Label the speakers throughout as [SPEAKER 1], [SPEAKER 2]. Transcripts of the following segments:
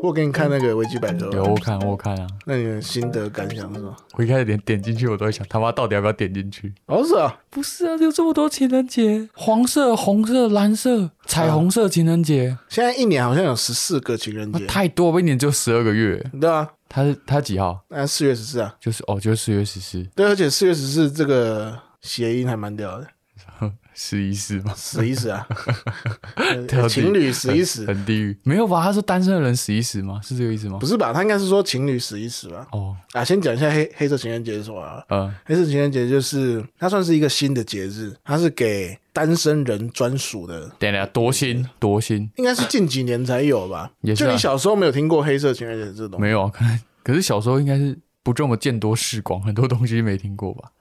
[SPEAKER 1] 我给你看那个维基百科
[SPEAKER 2] 有
[SPEAKER 1] 吧，
[SPEAKER 2] 我看我看啊，
[SPEAKER 1] 那你的心得感想是吗？
[SPEAKER 2] 我一开始连点进去我都在想，他妈到底要不要点进去？
[SPEAKER 1] 哦，是啊，
[SPEAKER 2] 不是啊，有这么多情人节，黄色、红色、蓝色、彩虹色情人节，
[SPEAKER 1] 现在一年好像有十四个情人
[SPEAKER 2] 那
[SPEAKER 1] 节，
[SPEAKER 2] 太多了，一年就十二个月。
[SPEAKER 1] 对啊，
[SPEAKER 2] 他是他几号？
[SPEAKER 1] 那四月十四啊，
[SPEAKER 2] 就是哦，就是四月十四，
[SPEAKER 1] 对，而且四月十四这个谐音还蛮屌的，
[SPEAKER 2] 十一四嘛，
[SPEAKER 1] 死一死啊，
[SPEAKER 2] 到
[SPEAKER 1] 呃
[SPEAKER 2] 底
[SPEAKER 1] 情侣死一死，
[SPEAKER 2] 很很地狱。没有吧？他说单身的人死一死吗？是这个意思吗
[SPEAKER 1] 不？是吧？他应该是说情侣死一死吧？
[SPEAKER 2] 哦，
[SPEAKER 1] 啊，先讲一下黑黑色情人节是什么啊？
[SPEAKER 2] 呃，
[SPEAKER 1] 黑色情人节就是它算是一个新的节日，它是给单身人专属的，
[SPEAKER 2] 等一下多心多心
[SPEAKER 1] 应该是近几年才有吧？
[SPEAKER 2] 也是啊
[SPEAKER 1] 就你小时候没有听过黑色情人节这种，
[SPEAKER 2] 没有啊？可能可是小时候应该是不这么见多识广，很多东西没听过吧？
[SPEAKER 1] 哦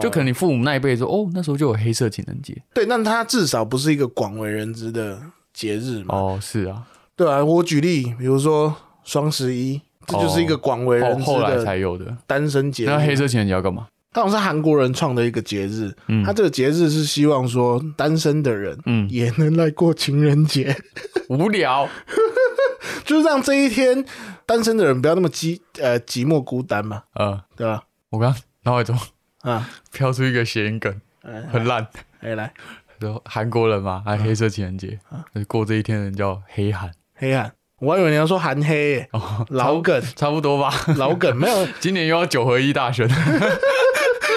[SPEAKER 2] 就可能你父母那一辈说，哦，那时候就有黑色情人节。
[SPEAKER 1] 对，但它至少不是一个广为人知的节日嘛。
[SPEAKER 2] 哦，是啊，
[SPEAKER 1] 对啊，我举例，比如说双十一，这就是一个广为
[SPEAKER 2] 后
[SPEAKER 1] 人知
[SPEAKER 2] 哦后来
[SPEAKER 1] 的
[SPEAKER 2] 才有的。
[SPEAKER 1] 单身节日。
[SPEAKER 2] 那黑色情人节要干嘛？
[SPEAKER 1] 它好像是韩国人创的一个节日，它这个节日是希望说单身的人，
[SPEAKER 2] 嗯
[SPEAKER 1] 也能来过情人节，
[SPEAKER 2] 无聊。
[SPEAKER 1] 就是让这一天单身的人不要那么寂呃寂寞孤单嘛，
[SPEAKER 2] 呃，
[SPEAKER 1] 对吧？
[SPEAKER 2] 我刚脑海中
[SPEAKER 1] 啊，
[SPEAKER 2] 飘出一个谐音梗，
[SPEAKER 1] 哎
[SPEAKER 2] 很烂。
[SPEAKER 1] 哎来，
[SPEAKER 2] 然后韩国人嘛，还黑色情人节，
[SPEAKER 1] 嗯
[SPEAKER 2] 过这一天的人叫黑韩。
[SPEAKER 1] 黑暗，我还以为你要说韩黑耶，
[SPEAKER 2] 哦，
[SPEAKER 1] 老 梗
[SPEAKER 2] 差不多吧。
[SPEAKER 1] 老梗没有，
[SPEAKER 2] 今年又要九合一大选，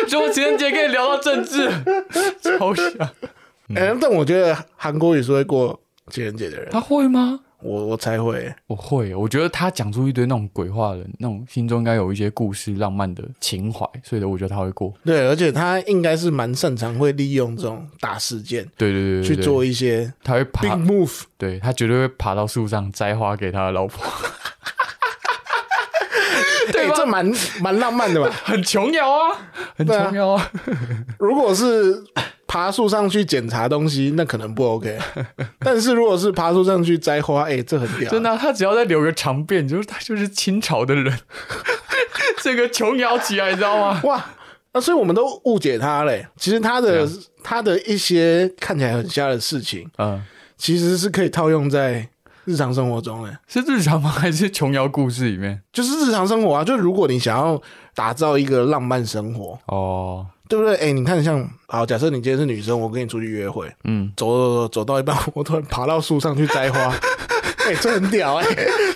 [SPEAKER 2] 怎么情人节可以聊到政治？超像。嗯
[SPEAKER 1] 哎，但我觉得韩国语是会过情人节的人，
[SPEAKER 2] 他会吗？
[SPEAKER 1] 我我才会，
[SPEAKER 2] 我会，我觉得他讲出一堆那种鬼话的人，那种心中应该有一些故事、浪漫的情怀，所以我觉得他会过。
[SPEAKER 1] 对，而且他应该是蛮擅长会利用这种大事件
[SPEAKER 2] 对对对对
[SPEAKER 1] 去
[SPEAKER 2] 对
[SPEAKER 1] 做一些
[SPEAKER 2] 他会
[SPEAKER 1] big
[SPEAKER 2] 爬，
[SPEAKER 1] move，
[SPEAKER 2] 对他绝对会爬到树上摘花给他的老婆，
[SPEAKER 1] 对，哎这蛮蛮浪漫的吧？
[SPEAKER 2] 很琼瑶啊， 很琼瑶啊。
[SPEAKER 1] 如果是爬树上去检查东西，那可能不 OK。但是如果是爬树上去摘花，哎、这很屌，
[SPEAKER 2] 真的啊、他只要再留个长辫，就是他就是清朝的人， 这个琼瑶起来，你知道吗？
[SPEAKER 1] 哇！那、所以我们都误解他嘞。其实他的
[SPEAKER 2] 啊
[SPEAKER 1] 他的一些看起来很瞎的事情，
[SPEAKER 2] 嗯，
[SPEAKER 1] 其实是可以套用在日常生活中嘞。
[SPEAKER 2] 是日常吗？ 还是琼瑶故事里面？
[SPEAKER 1] 就是日常生活啊，就如果你想要打造一个浪漫生活，
[SPEAKER 2] 哦，
[SPEAKER 1] 对不对？哎、你看像好，假设你今天是女生，我跟你出去约会，
[SPEAKER 2] 嗯，
[SPEAKER 1] 走走走走到一半， 我突然爬到树上去摘 花，哎、这很屌哎、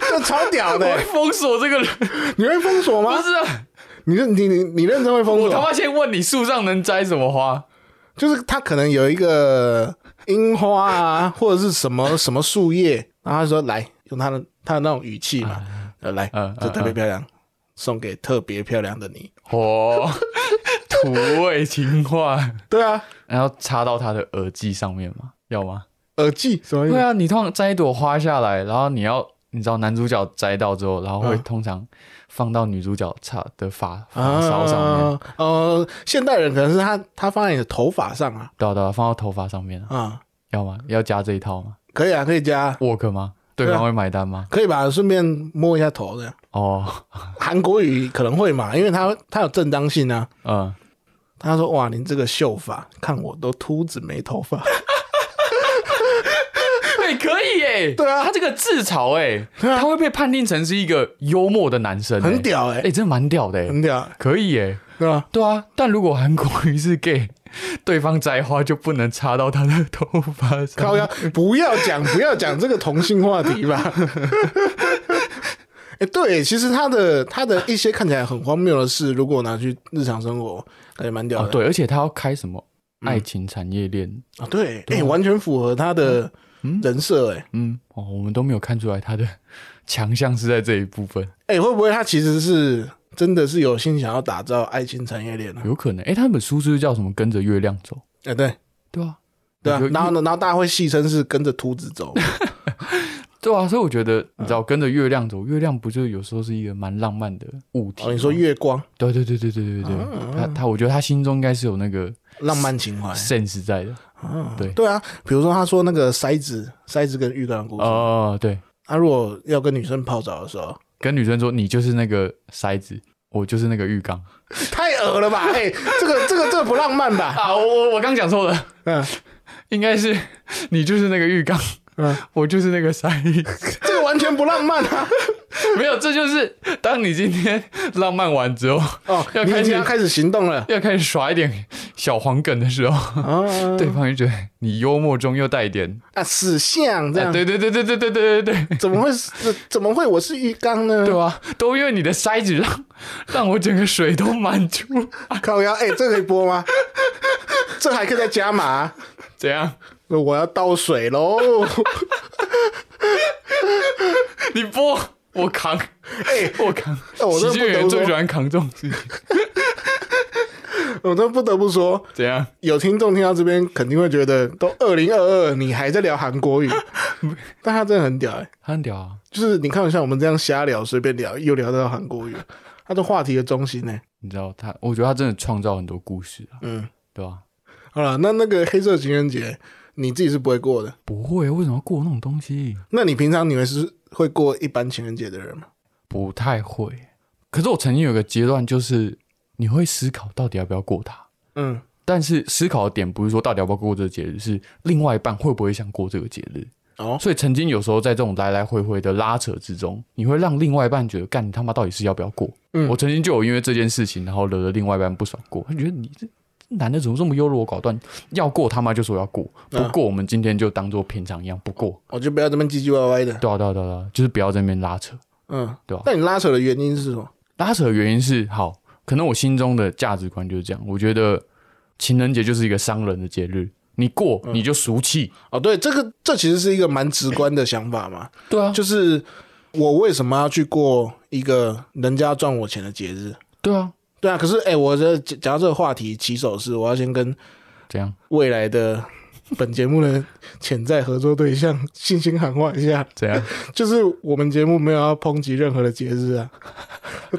[SPEAKER 1] 这超屌的、哎
[SPEAKER 2] 我会封锁这个人，
[SPEAKER 1] 你会封锁
[SPEAKER 2] 不
[SPEAKER 1] 吗？
[SPEAKER 2] 是、 啊？
[SPEAKER 1] 你认你你你认真会封
[SPEAKER 2] 我他
[SPEAKER 1] 锁？
[SPEAKER 2] 妈先问你树上能摘什么花？
[SPEAKER 1] 就是他可能有一个樱花啊，或者是什 么什么树叶，然后他说来，用他的他的那种语气嘛，呃，来
[SPEAKER 2] 嗯，
[SPEAKER 1] 这
[SPEAKER 2] 嗯
[SPEAKER 1] 特别漂亮，送给特别漂亮的你。
[SPEAKER 2] 哦， 土味情 话，
[SPEAKER 1] 对啊，
[SPEAKER 2] 然后插到他的耳际上面嘛？要吗？
[SPEAKER 1] 耳际什么意
[SPEAKER 2] 对
[SPEAKER 1] 思？
[SPEAKER 2] 啊，你通常摘一朵花下来，然后你要你知道男主角摘到之后，然后会
[SPEAKER 1] 嗯
[SPEAKER 2] 通常放到女主角插的发发梢上面。
[SPEAKER 1] 啊，呃，现代人可能是他他放在你的头发上啊，
[SPEAKER 2] 对啊对啊，放到头发上面啊，
[SPEAKER 1] 啊，
[SPEAKER 2] 要吗？要加这一套吗
[SPEAKER 1] 可以啊，可以加，
[SPEAKER 2] ？work 吗？对
[SPEAKER 1] 对啊
[SPEAKER 2] 方会买单吗？
[SPEAKER 1] 可以吧？顺便摸一下头的。
[SPEAKER 2] 哦，
[SPEAKER 1] 韩国语可能会嘛，因为他他有正当性啊。
[SPEAKER 2] 嗯，
[SPEAKER 1] 他说：“哇，您这个秀发，看我都秃子没头发。
[SPEAKER 2] 对，哎可以耶。
[SPEAKER 1] 对啊
[SPEAKER 2] 他这个自嘲哎，他会被判定成是一个幽默的男生”，
[SPEAKER 1] 很，屌哎、
[SPEAKER 2] 哎，真的蛮屌的哎，
[SPEAKER 1] 很屌，
[SPEAKER 2] 可以耶。
[SPEAKER 1] 对吧？
[SPEAKER 2] 对啊，但如果韩国瑜是 gay，对方摘花就不能插到他的头发上。
[SPEAKER 1] 靠腰，不要讲，不要讲这个同性话题吧。 哎、对，其实他的他的一些看起来很荒谬的事，如果拿去日常生活，感觉蛮屌
[SPEAKER 2] 哦
[SPEAKER 1] 的。，
[SPEAKER 2] 对，而且他要开什么爱情产业链？
[SPEAKER 1] 啊，对，哎、完全符合他的人设、哎、
[SPEAKER 2] 嗯，哦，我们都没有看出来他的 强项是在这一部分，
[SPEAKER 1] 哎、会不会他其实是真的是有心想要打造爱情产业链呢、啊？
[SPEAKER 2] 有可能。哎，他那本书是不是叫什么《跟着月亮走》？
[SPEAKER 1] 哎、对
[SPEAKER 2] 对啊，
[SPEAKER 1] 对啊
[SPEAKER 2] 我觉，得
[SPEAKER 1] 然后呢，然后大家会戏称是跟着秃子走，
[SPEAKER 2] 对啊，所以我觉得你知道，跟着月亮走，月亮不就有时候是一个蛮浪漫的物体吗？
[SPEAKER 1] 哦，你说月光
[SPEAKER 2] 对对对对对对对对，他他，我觉得他心中应该是有那个
[SPEAKER 1] 浪漫情怀，
[SPEAKER 2] sense 在的。对
[SPEAKER 1] 对啊，比如说他说那个筛子，筛子跟浴缸的故事，
[SPEAKER 2] 哦，对，
[SPEAKER 1] 他如果要跟女生泡澡的时候，
[SPEAKER 2] 跟女生说你就是那个筛子，我就是那个浴缸
[SPEAKER 1] 太恶了 吧？哎、这个这个这个不浪漫吧？
[SPEAKER 2] 啊！我我我刚讲错 了，
[SPEAKER 1] 嗯，
[SPEAKER 2] 应该是你就是那个浴缸，
[SPEAKER 1] 嗯
[SPEAKER 2] 我就是那个筛子。
[SPEAKER 1] 这个完完全不浪漫啊！
[SPEAKER 2] 没有，这就是当你今天浪漫完之后，
[SPEAKER 1] 哦，
[SPEAKER 2] 要
[SPEAKER 1] 你
[SPEAKER 2] 开
[SPEAKER 1] 已
[SPEAKER 2] 始
[SPEAKER 1] 经要开始行动 了
[SPEAKER 2] 要开始耍一点小黄梗的时候，
[SPEAKER 1] 啊
[SPEAKER 2] 对方就觉得你幽默中又带一点，
[SPEAKER 1] 啊！死相这
[SPEAKER 2] 啊
[SPEAKER 1] 样，
[SPEAKER 2] 对对对对对对对对对，
[SPEAKER 1] 怎么会这怎么会我是浴缸呢？
[SPEAKER 2] 对啊吧？都因为你的筛子让让我整个水都满出，
[SPEAKER 1] 靠腰，哎、这可以播吗？ 这还可以再加码啊、
[SPEAKER 2] 怎样？
[SPEAKER 1] 我要倒水喽！
[SPEAKER 2] 你播我扛，
[SPEAKER 1] 哎、
[SPEAKER 2] 我扛，
[SPEAKER 1] 我真的
[SPEAKER 2] 喜剧
[SPEAKER 1] 不
[SPEAKER 2] 演
[SPEAKER 1] 得不
[SPEAKER 2] 员最喜
[SPEAKER 1] 说，
[SPEAKER 2] 欢扛这种事情，
[SPEAKER 1] 我真不得不说，
[SPEAKER 2] 怎样？
[SPEAKER 1] 有听众听到这边肯定会觉得，都二零二二，你还在聊韩国语？ 但他真的很屌哎、
[SPEAKER 2] 他很屌啊！
[SPEAKER 1] 就是你看，像我们这样瞎聊，随便聊，又聊到韩国语，他的话题的中心呢、
[SPEAKER 2] 你知道他，我觉得他真的创造很多故事啊，
[SPEAKER 1] 嗯，
[SPEAKER 2] 对吧、
[SPEAKER 1] 好了，那那个黑色情人节，你自己是不会过的。
[SPEAKER 2] 不会，为什么要过那种东西？
[SPEAKER 1] 那你平常你会是会过一般情人节的人吗？
[SPEAKER 2] 不太会。可是我曾经有个阶段，就是你会思考到底要不要过它，
[SPEAKER 1] 嗯，
[SPEAKER 2] 但是思考的点不是说到底要不要过这个节日，是另外一半会不会想过这个节日。
[SPEAKER 1] 哦
[SPEAKER 2] 所以曾经有时候在这种来来回回的拉扯之中，你会让另外一半觉得，干你他妈到底是要不要过？
[SPEAKER 1] 嗯
[SPEAKER 2] 我曾经就有因为这件事情，然后惹得另外一半不爽过，他觉得你这这男的怎么这么优柔寡断？要过他妈就说要过，不
[SPEAKER 1] 嗯
[SPEAKER 2] 过我们今天就当做平常一样，不过。
[SPEAKER 1] 我就不要这么唧唧歪歪的。
[SPEAKER 2] 对啊，对啊，对啊对啊，就是不要在那边拉扯。
[SPEAKER 1] 嗯，
[SPEAKER 2] 对啊
[SPEAKER 1] 那你拉扯的原因是什么？
[SPEAKER 2] 拉扯的原因是，好，可能我心中的价值观就是这样，我觉得情人节就是一个伤人的节日，你过你就俗气。
[SPEAKER 1] 哦，对，这个这其实是一个蛮直观的想法嘛，
[SPEAKER 2] 对啊，
[SPEAKER 1] 就是我为什么要去过一个人家赚我钱的节日？
[SPEAKER 2] 对啊，
[SPEAKER 1] 对啊，可是哎、我这讲讲到这个话题，起手是我要先跟
[SPEAKER 2] 这样
[SPEAKER 1] 未来的 本节目的潜在合作对象信心喊话一下，
[SPEAKER 2] 这样，
[SPEAKER 1] 就是我们节目没有要抨击任何的节日啊，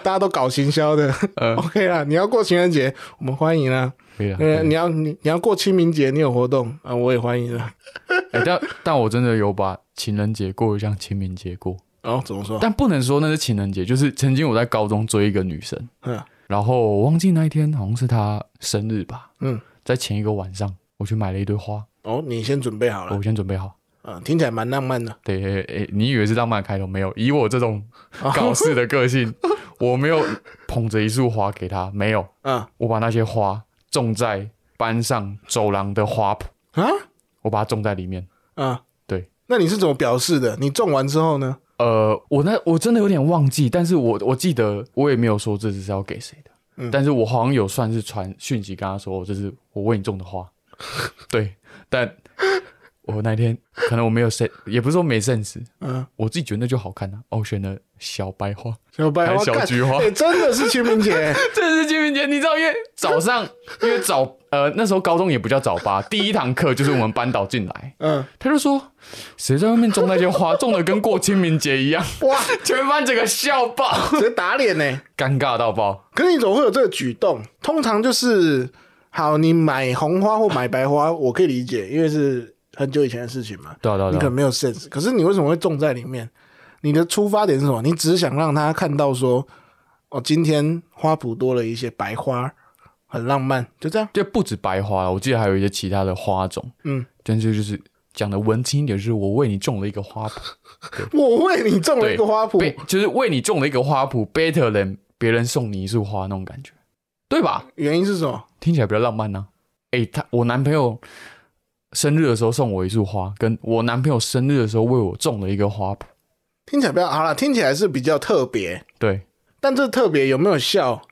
[SPEAKER 1] 大家都搞行销的、
[SPEAKER 2] 呃
[SPEAKER 1] o k 啦。你要过情人节，我们欢迎啊。
[SPEAKER 2] 可 以了。
[SPEAKER 1] 呃，
[SPEAKER 2] 可以
[SPEAKER 1] 你要你你要过清明节，你有活动啊，我也欢迎啊。
[SPEAKER 2] 哎但但我真的有把情人节过得像清明节过，
[SPEAKER 1] 然、哦后怎么说？
[SPEAKER 2] 但不能说那是情人节，就是曾经我在高中追一个女生，
[SPEAKER 1] 嗯
[SPEAKER 2] 然后我忘记那一天好像是她生日吧，
[SPEAKER 1] 嗯，
[SPEAKER 2] 在前一个晚上我去买了一堆花，
[SPEAKER 1] 哦，你先准备好了
[SPEAKER 2] 我先准备好。
[SPEAKER 1] 啊，听起来蛮浪漫的。
[SPEAKER 2] 对，诶、诶你以为是浪漫的开头？没有，以我这种
[SPEAKER 1] 哦
[SPEAKER 2] 搞事的个性，我没有捧着一束花给他，没有，
[SPEAKER 1] 啊
[SPEAKER 2] 我把那些花种在班上走廊的花圃，
[SPEAKER 1] 啊
[SPEAKER 2] 我把它种在里面。
[SPEAKER 1] 啊！
[SPEAKER 2] 对，
[SPEAKER 1] 那你是怎么表示的？你种完之后呢？
[SPEAKER 2] 呃，我那我真的有点忘记，但是我我记得我也没有说这是要给谁的，
[SPEAKER 1] 嗯
[SPEAKER 2] 但是我好像有算是传讯息跟他说，这是我为你种的花， 对，但我那天可能我没有 s 也不是说没 sense，
[SPEAKER 1] 嗯、
[SPEAKER 2] 我自己觉得那就好看啊，哦，我选了小白花。
[SPEAKER 1] 小白花
[SPEAKER 2] 还小
[SPEAKER 1] 干
[SPEAKER 2] 菊花
[SPEAKER 1] 哎、真的是清明节
[SPEAKER 2] 这是清明节，你知道，因为早上，因为早呃那时候高中也不叫早八，第一堂课就是我们班导进来，
[SPEAKER 1] 嗯，
[SPEAKER 2] 他就说谁在外面种那些花，种的跟过清明节一样，
[SPEAKER 1] 哇，
[SPEAKER 2] 全班整个笑爆，
[SPEAKER 1] 直接打脸呢、
[SPEAKER 2] 尴尬到爆。
[SPEAKER 1] 可是你怎么会有这个举动？通常就是好，你买红花或买白花，我可以理解，因为是很久以前的事情嘛，
[SPEAKER 2] 对啊对啊
[SPEAKER 1] 你可
[SPEAKER 2] 对
[SPEAKER 1] 能
[SPEAKER 2] 啊，
[SPEAKER 1] 没有 sense。可是你为什么会种在里面？你的出发点是什么？你只是想让他看到说，哦，今天花圃多了一些白花，很浪漫，就这样。
[SPEAKER 2] 就不止白花，我记得还有一些其他的花种，
[SPEAKER 1] 嗯，
[SPEAKER 2] 但是就是讲的文青一点，就是我为你种了一个花圃，
[SPEAKER 1] 我为你种了
[SPEAKER 2] 对
[SPEAKER 1] 一个花圃
[SPEAKER 2] 被，就是为你种了一个花圃，better than 别人送你一束花那种感觉，对吧？
[SPEAKER 1] 原因是什么？
[SPEAKER 2] 听起来比较浪漫呢、诶，他我男朋友生日的时候送我一束花，跟我男朋友生日的时候为我种了一个花圃。
[SPEAKER 1] 听起来比较好了，听起来是比较特别，
[SPEAKER 2] 对，
[SPEAKER 1] 但这特别有没有效？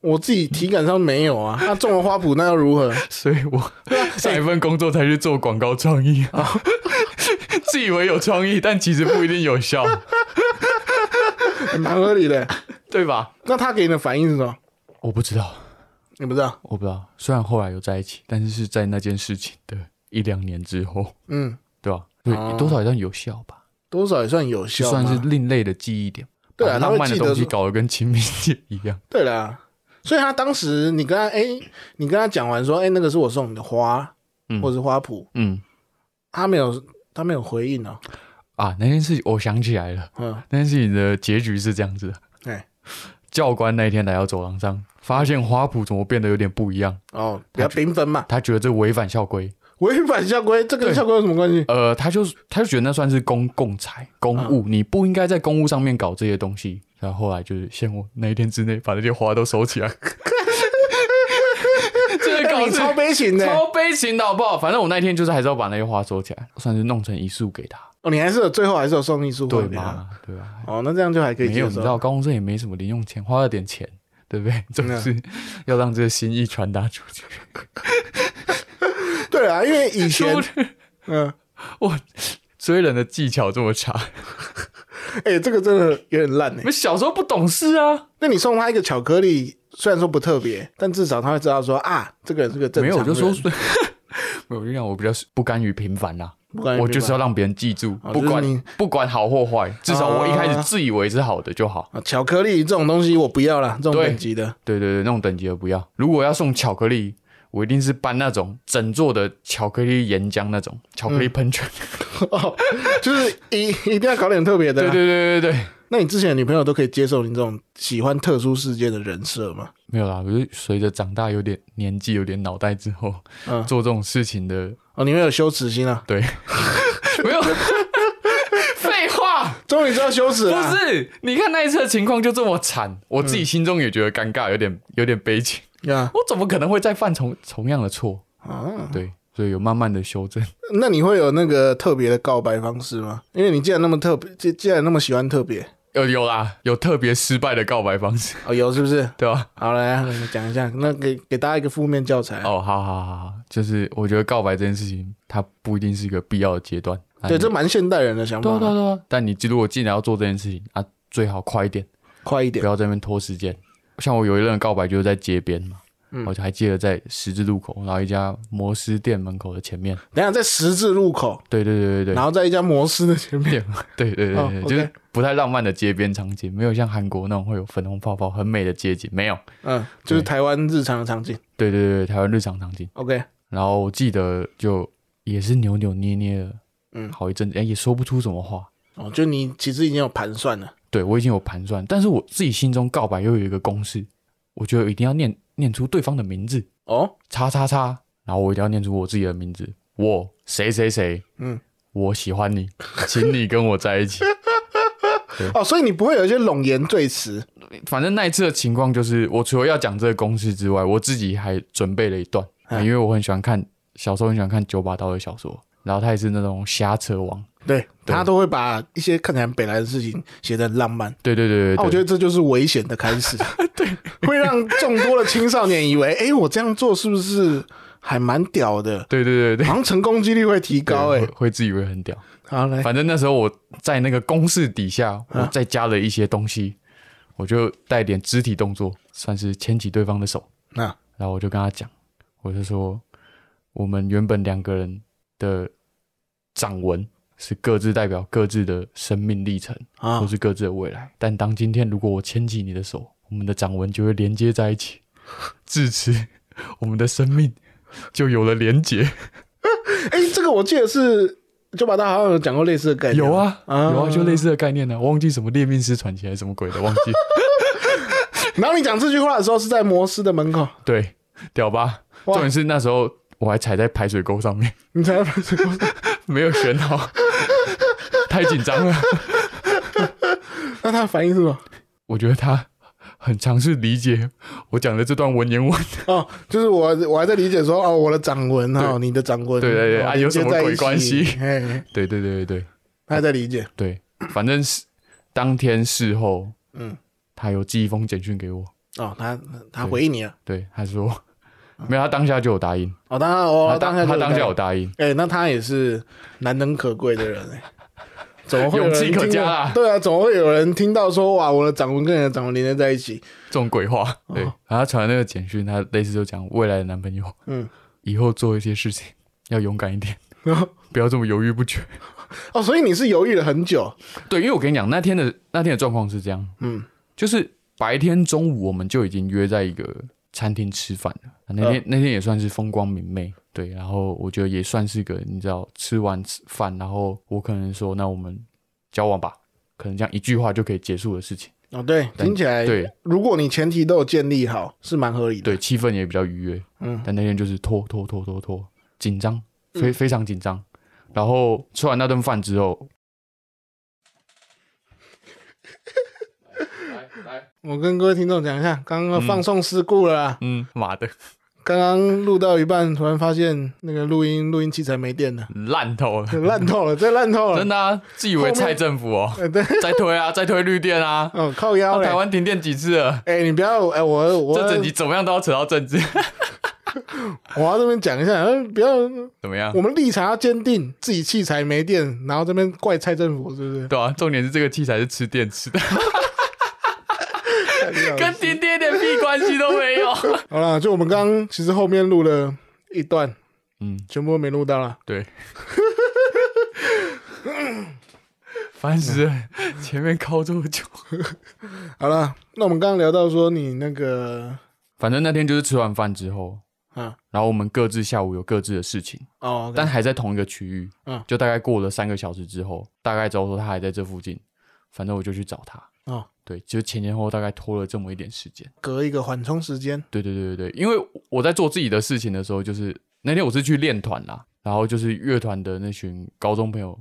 [SPEAKER 1] 我自己体感上没有 啊。那种了花圃，那又如何？
[SPEAKER 2] 所以我上一份工作才去做广告创意啊， 自以为有创意，但其实不一定有效，
[SPEAKER 1] 还蛮合理 的。
[SPEAKER 2] 对吧？
[SPEAKER 1] 那他给你的反应是什么？
[SPEAKER 2] 我不知道，
[SPEAKER 1] 你不知道？
[SPEAKER 2] 我不知道。虽然后来有在一起，但是是在那件事情的一两年之后，
[SPEAKER 1] 嗯，
[SPEAKER 2] 对吧？对，
[SPEAKER 1] 哦
[SPEAKER 2] 多少也算有效吧，
[SPEAKER 1] 多少也算有
[SPEAKER 2] 就
[SPEAKER 1] 效嘛，
[SPEAKER 2] 算是另类的记忆点，
[SPEAKER 1] 对啊
[SPEAKER 2] 把
[SPEAKER 1] 他会
[SPEAKER 2] 浪漫的
[SPEAKER 1] 记得
[SPEAKER 2] 东西
[SPEAKER 1] 说
[SPEAKER 2] 搞得跟清明节一样。
[SPEAKER 1] 对啦。所以他当时你跟他哎、你跟他讲完说哎、那个是我送你的花，
[SPEAKER 2] 嗯
[SPEAKER 1] 或者是花圃，
[SPEAKER 2] 嗯，
[SPEAKER 1] 他没有他没有回应哦、
[SPEAKER 2] 啊，那件事我想起来了，
[SPEAKER 1] 嗯，
[SPEAKER 2] 那件事情的结局是这样子的：
[SPEAKER 1] 哎、
[SPEAKER 2] 教官那一天来到走廊上，发现花圃怎么变得有点不一样，
[SPEAKER 1] 哦，比较缤纷嘛，
[SPEAKER 2] 他觉得这违反校规，
[SPEAKER 1] 违反校规，这跟校规有什么关系？
[SPEAKER 2] 呃，他就他就觉得那算是公共财、公务，你不应该在公务上面搞这些东西。然后后来就是限我那一天之内把那些花都收起来。 这个
[SPEAKER 1] 哎
[SPEAKER 2] 搞
[SPEAKER 1] 你
[SPEAKER 2] 事
[SPEAKER 1] 超悲情的、
[SPEAKER 2] 超悲情的好不好？反正我那天就是还是要把那些花收起来，算是弄成一束给他，
[SPEAKER 1] 哦，你还是有最后还是有送艺术
[SPEAKER 2] 对
[SPEAKER 1] 会给他？
[SPEAKER 2] 吗？对啊吧？
[SPEAKER 1] 哦，那这样就还可以
[SPEAKER 2] 没有，
[SPEAKER 1] 接
[SPEAKER 2] 你知
[SPEAKER 1] 受。
[SPEAKER 2] 道高中生也没什么零用钱，花了点钱，对 不对？总是
[SPEAKER 1] 嗯
[SPEAKER 2] 要让这个心意传达出去。
[SPEAKER 1] 对啊，因为以前
[SPEAKER 2] 说，
[SPEAKER 1] 嗯，
[SPEAKER 2] 追人的技巧这么差，
[SPEAKER 1] 哎、这个真的有点烂哎、
[SPEAKER 2] 我们小时候不懂事啊。
[SPEAKER 1] 那你送他一个巧克力，虽然说不特别，但至少他会知道说啊，这个人是个正
[SPEAKER 2] 没
[SPEAKER 1] 常
[SPEAKER 2] 有，我
[SPEAKER 1] 人。
[SPEAKER 2] 就说，没有，我就讲我比较不甘于平凡啦。
[SPEAKER 1] 不管
[SPEAKER 2] 我就是要让别人记住，
[SPEAKER 1] 啊哦
[SPEAKER 2] 不管、
[SPEAKER 1] 就是你
[SPEAKER 2] 不管好或坏，至少我一开
[SPEAKER 1] 啊
[SPEAKER 2] 始自以为是好的就好。
[SPEAKER 1] 啊，巧克力这种东西我不要啦，这种
[SPEAKER 2] 对
[SPEAKER 1] 等级的，
[SPEAKER 2] 对对对，那种等级的不要。如果要送巧克力，我一定是搬那种整座的巧克力岩浆那种巧克力
[SPEAKER 1] 嗯
[SPEAKER 2] 喷泉。
[SPEAKER 1] 哦，就是一一定要搞点特别的
[SPEAKER 2] 对
[SPEAKER 1] 啦。
[SPEAKER 2] 对对对对，
[SPEAKER 1] 那你之前的女朋友都可以接受你这种喜欢特殊事件的人设吗？
[SPEAKER 2] 没有啦，我就随着长大有点年纪、有点脑袋之后，
[SPEAKER 1] 嗯
[SPEAKER 2] 做这种事情的
[SPEAKER 1] 哦，你会有羞耻心啊？
[SPEAKER 2] 对，没有。废话，
[SPEAKER 1] 终于知道羞耻
[SPEAKER 2] 不
[SPEAKER 1] 了。
[SPEAKER 2] 是？你看那一次的情况就这么惨，我自己心中也觉得尴尬，
[SPEAKER 1] 嗯
[SPEAKER 2] 有点有点悲情。
[SPEAKER 1] 呀
[SPEAKER 2] 我怎么可能会再犯同同样的错？
[SPEAKER 1] 啊，
[SPEAKER 2] 对，所以有慢慢的修正。
[SPEAKER 1] 那你会有那个特别的告白方式吗？因为你既然那么特别，既既然那么喜欢特别，
[SPEAKER 2] 有有啦，有特别失败的告白方式，
[SPEAKER 1] 哦，有是不是？
[SPEAKER 2] 对吧、
[SPEAKER 1] 好来啊，来讲一下，那给给大家一个负面教材啊。
[SPEAKER 2] 哦，好好好好，就是我觉得告白这件事情，它不一定是一个必要的阶段。啊
[SPEAKER 1] 对，
[SPEAKER 2] 你
[SPEAKER 1] 这蛮现代人的想法
[SPEAKER 2] 对啊
[SPEAKER 1] 啊，
[SPEAKER 2] 对啊对啊，但你如果既然要做这件事情啊，最好快一点，
[SPEAKER 1] 快一
[SPEAKER 2] 不
[SPEAKER 1] 点。
[SPEAKER 2] 要在那边拖时间。像我有一任告白就是在街边嘛，
[SPEAKER 1] 嗯
[SPEAKER 2] 我就还记得在十字路口，然后一家摩斯店门口的前面。
[SPEAKER 1] 等一下在十字路口，
[SPEAKER 2] 对对对对
[SPEAKER 1] 然
[SPEAKER 2] 对，
[SPEAKER 1] 后在一家摩斯的前面，
[SPEAKER 2] 店，对对对
[SPEAKER 1] 哦
[SPEAKER 2] 对，
[SPEAKER 1] ，OK
[SPEAKER 2] 就是不太浪漫的街边场景，没有像韩国那种会有粉红泡泡、很美的街景，没有。
[SPEAKER 1] 嗯，就是台湾日常的场景。
[SPEAKER 2] 对对对，对台湾日常场景。
[SPEAKER 1] OK，
[SPEAKER 2] 然后我记得就也是扭扭捏捏的，
[SPEAKER 1] 嗯
[SPEAKER 2] 好一阵子，哎，也说不出什么话。
[SPEAKER 1] 哦，就你其实已经有盘算了，
[SPEAKER 2] 对我已经有盘算，但是我自己心中告白又有一个公式，我觉得一定要念念出对方的名字，
[SPEAKER 1] 哦，
[SPEAKER 2] 叉叉叉，然后我一定要念出我自己的名字，我谁谁谁，
[SPEAKER 1] 嗯，
[SPEAKER 2] 我喜欢你，请你跟我在一起。
[SPEAKER 1] 哦，所以你不会有一些冗言赘词，
[SPEAKER 2] 反正那一次的情况就是，我除了要讲这个公式之外，我自己还准备了一段，啊
[SPEAKER 1] 嗯
[SPEAKER 2] 因为我很喜欢看，小时候很喜欢看九把刀的小说，然后他也是那种瞎扯王。
[SPEAKER 1] 对
[SPEAKER 2] 对
[SPEAKER 1] 他都会把一些看起来很北来的事情写得很浪漫。
[SPEAKER 2] 对对对对
[SPEAKER 1] 那、
[SPEAKER 2] 对，
[SPEAKER 1] 啊我觉得这就是危险的开 始，对，会让众多的青少年以为，哎、我这样做是不是还蛮屌的？
[SPEAKER 2] 对对对对，
[SPEAKER 1] 好像成功几率会提高、欸
[SPEAKER 2] 对
[SPEAKER 1] 诶
[SPEAKER 2] 会会自以为很屌。
[SPEAKER 1] 好来，
[SPEAKER 2] 反正那时候我在那个公式底下，我再加了一些东西，我就带点肢体动作，算是牵起对方的手，
[SPEAKER 1] 那、
[SPEAKER 2] 然后我就跟他讲，我就说我们原本两个人的掌纹是各自代表各自的生命历程，
[SPEAKER 1] 啊
[SPEAKER 2] 或，是各自的未来。但当今天如果我牵起你的手，我们的掌纹就会连接 在一起，至此 我们的生命就有了连结。
[SPEAKER 1] 哎、这个我记得是九把刀好像有讲过类似的概念，
[SPEAKER 2] 有，啊，
[SPEAKER 1] 啊
[SPEAKER 2] 有啊，就类似的概念呢、我忘记什么《猎命师传奇》还是什么鬼的，忘记。
[SPEAKER 1] 然后你讲这句话的时候是在摩斯的门口，
[SPEAKER 2] 对，屌吧？
[SPEAKER 1] 哇
[SPEAKER 2] 重点是那时候我还踩在排水沟上面，
[SPEAKER 1] 你才
[SPEAKER 2] 没有选好， 太紧张了。
[SPEAKER 1] 那他的反应是什么？
[SPEAKER 2] 我觉得他很尝试理解我讲的这段文言文。
[SPEAKER 1] 哦，就是我我还在理解说，哦，我的掌纹哦，
[SPEAKER 2] 对
[SPEAKER 1] 你的掌纹，
[SPEAKER 2] 对对对
[SPEAKER 1] 哦
[SPEAKER 2] 啊有什么鬼关系
[SPEAKER 1] 连接在一起嘿，
[SPEAKER 2] 对对对对
[SPEAKER 1] 他还在理解，
[SPEAKER 2] 对对，反正是当天事后，
[SPEAKER 1] 嗯，
[SPEAKER 2] 他有寄一封简讯给我，
[SPEAKER 1] 哦，他他回应你了，
[SPEAKER 2] 对，他说。没有，他当下就有答应，
[SPEAKER 1] 哦，当然，哦，
[SPEAKER 2] 他
[SPEAKER 1] 当下
[SPEAKER 2] 他
[SPEAKER 1] 就
[SPEAKER 2] 当下
[SPEAKER 1] 有
[SPEAKER 2] 有答应，
[SPEAKER 1] 哎、那他也是难能可贵的人哎、 怎么会有
[SPEAKER 2] 勇
[SPEAKER 1] 人
[SPEAKER 2] 气可
[SPEAKER 1] 听
[SPEAKER 2] 嘉
[SPEAKER 1] 到
[SPEAKER 2] 啦
[SPEAKER 1] 对啊，怎么会有人听到说哇，我的掌纹跟你的掌纹连接在一起？
[SPEAKER 2] 这种鬼话，对，然后他传那个简讯，他类似就讲未来的男朋友，
[SPEAKER 1] 嗯，
[SPEAKER 2] 以后做一些事情要勇敢一点，
[SPEAKER 1] 然后
[SPEAKER 2] 不要这么犹豫不决。
[SPEAKER 1] 哦，所以你是犹豫了很久，
[SPEAKER 2] 对，因为我跟你讲，那天的那天的状况是这样，
[SPEAKER 1] 嗯，
[SPEAKER 2] 就是白天中午我们就已经约在一个餐厅吃饭了。那天、那天也算是风光明媚，对。然后我觉得也算是个，你知道，吃完吃饭，然后我可能说，那我们交往吧，可能这样一句话就可以结束的事情。
[SPEAKER 1] 哦，对，
[SPEAKER 2] 但
[SPEAKER 1] 听起来，
[SPEAKER 2] 对
[SPEAKER 1] 如果你前提都有建立好，是蛮合理的，
[SPEAKER 2] 对，气氛也比较愉悦。
[SPEAKER 1] 嗯，
[SPEAKER 2] 但那天就是拖拖拖拖拖，紧张非非常紧张。然后吃完那顿饭之后，
[SPEAKER 1] 我跟各位听众讲一下，刚刚放送事故了啦。
[SPEAKER 2] 嗯，妈的，
[SPEAKER 1] 刚刚录到一半，突然发现那个录音录音器材没电了，
[SPEAKER 2] 烂透了，
[SPEAKER 1] 烂透了，这烂透了
[SPEAKER 2] 真。的啊！自以为蔡政府哦，
[SPEAKER 1] 呃对，
[SPEAKER 2] 再推啊，再推绿电 啊，
[SPEAKER 1] 哦，靠腰
[SPEAKER 2] 到
[SPEAKER 1] 嘞
[SPEAKER 2] 台。湾停电几次了？
[SPEAKER 1] 哎、你不要，哎、我我
[SPEAKER 2] 这整集怎么样都要扯到政治，
[SPEAKER 1] 我要这边讲一下，呃不要，
[SPEAKER 2] 怎么样
[SPEAKER 1] 我？们立场要坚定，自己器材没电，然后这边怪蔡政府是不 是？
[SPEAKER 2] 对啊，重点是这个器材是吃电池的，
[SPEAKER 1] 呃
[SPEAKER 2] 跟停电一点屁关系都没 有。
[SPEAKER 1] 好了，就我们刚刚其实后面录了一段，
[SPEAKER 2] 嗯，
[SPEAKER 1] 全部都没录到了。
[SPEAKER 2] 对，烦死了！前面靠这么久，
[SPEAKER 1] 好了，那我们刚刚聊到说你那个
[SPEAKER 2] 反正那天就是吃完饭之后，
[SPEAKER 1] 啊，
[SPEAKER 2] 然后我们各自下午有各自的事情，
[SPEAKER 1] 哦，
[SPEAKER 2] 但还在同一个区域。
[SPEAKER 1] 嗯
[SPEAKER 2] 就大概过了三个小时之后，大概知道说他还在这附近，反正我就去找他。
[SPEAKER 1] 哦，
[SPEAKER 2] 对，就前前后后大概拖了这么一点时间。
[SPEAKER 1] 隔一个缓冲时间，
[SPEAKER 2] 对对对对对，因为我在做自己的事情的时候，就是那天我是去练团啦，然后就是乐团的那群高中朋友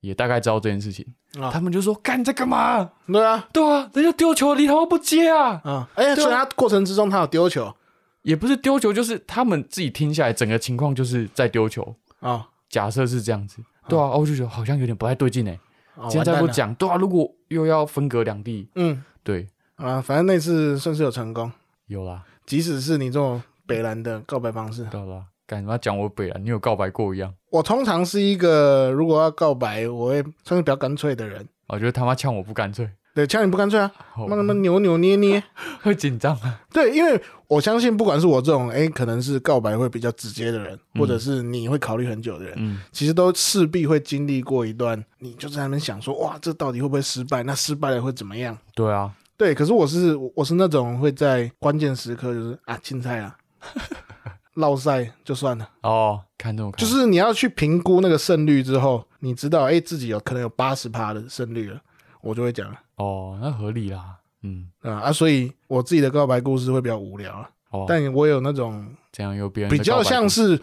[SPEAKER 2] 也大概知道这件事情，
[SPEAKER 1] 啊
[SPEAKER 2] 他们就说干这干嘛？
[SPEAKER 1] 对啊，
[SPEAKER 2] 对啊，人家丢球你他妈不接啊！
[SPEAKER 1] 啊，哎、呀，所以他过程之中他有丢球啊、
[SPEAKER 2] 也不是丢球，就是他们自己听下来整个情况就是在丢球，
[SPEAKER 1] 哦
[SPEAKER 2] 假设是这样子。对啊，啊我就觉得好像有点不太对劲哎、
[SPEAKER 1] 哦
[SPEAKER 2] 今天再
[SPEAKER 1] 完蛋
[SPEAKER 2] 不
[SPEAKER 1] 了
[SPEAKER 2] 讲，对啊，如果又要分隔两地，
[SPEAKER 1] 嗯
[SPEAKER 2] 对，
[SPEAKER 1] 啊，反正那次算是有成功，
[SPEAKER 2] 有啦，
[SPEAKER 1] 即使是你这种北兰的告白方式，
[SPEAKER 2] 对啦，干嘛讲我北兰，你有告白过一样，
[SPEAKER 1] 我通常是一个如果要告白，我会算是比较干脆的人。
[SPEAKER 2] 我觉得他妈呛我不干脆，
[SPEAKER 1] 对，像你不干脆啊，
[SPEAKER 2] 好
[SPEAKER 1] 那么扭扭捏捏。
[SPEAKER 2] 会紧张啊，
[SPEAKER 1] 对，因为我相信，不管是我这种哎，可能是告白会比较直接的人，或者是你会考虑很久的人，
[SPEAKER 2] 嗯，
[SPEAKER 1] 其实都势必会经历过一段，你就在那边想说，哇，这到底会不会失败？那失败了会怎么样？
[SPEAKER 2] 对啊，
[SPEAKER 1] 对，可是我是我是那种会在关键时刻就是啊，青菜啊， 落赛就算了。
[SPEAKER 2] 哦，看这种看，
[SPEAKER 1] 就是你要去评估那个胜率之后，你知道哎、自己有可能有八十趴的胜率了，我就会讲了
[SPEAKER 2] 哦，那合理啦，嗯，
[SPEAKER 1] 啊啊，所以我自己的告白故事会比较无聊啊，
[SPEAKER 2] 哦，
[SPEAKER 1] 但我有那种
[SPEAKER 2] 这样有别人的
[SPEAKER 1] 比较
[SPEAKER 2] 告白
[SPEAKER 1] 像是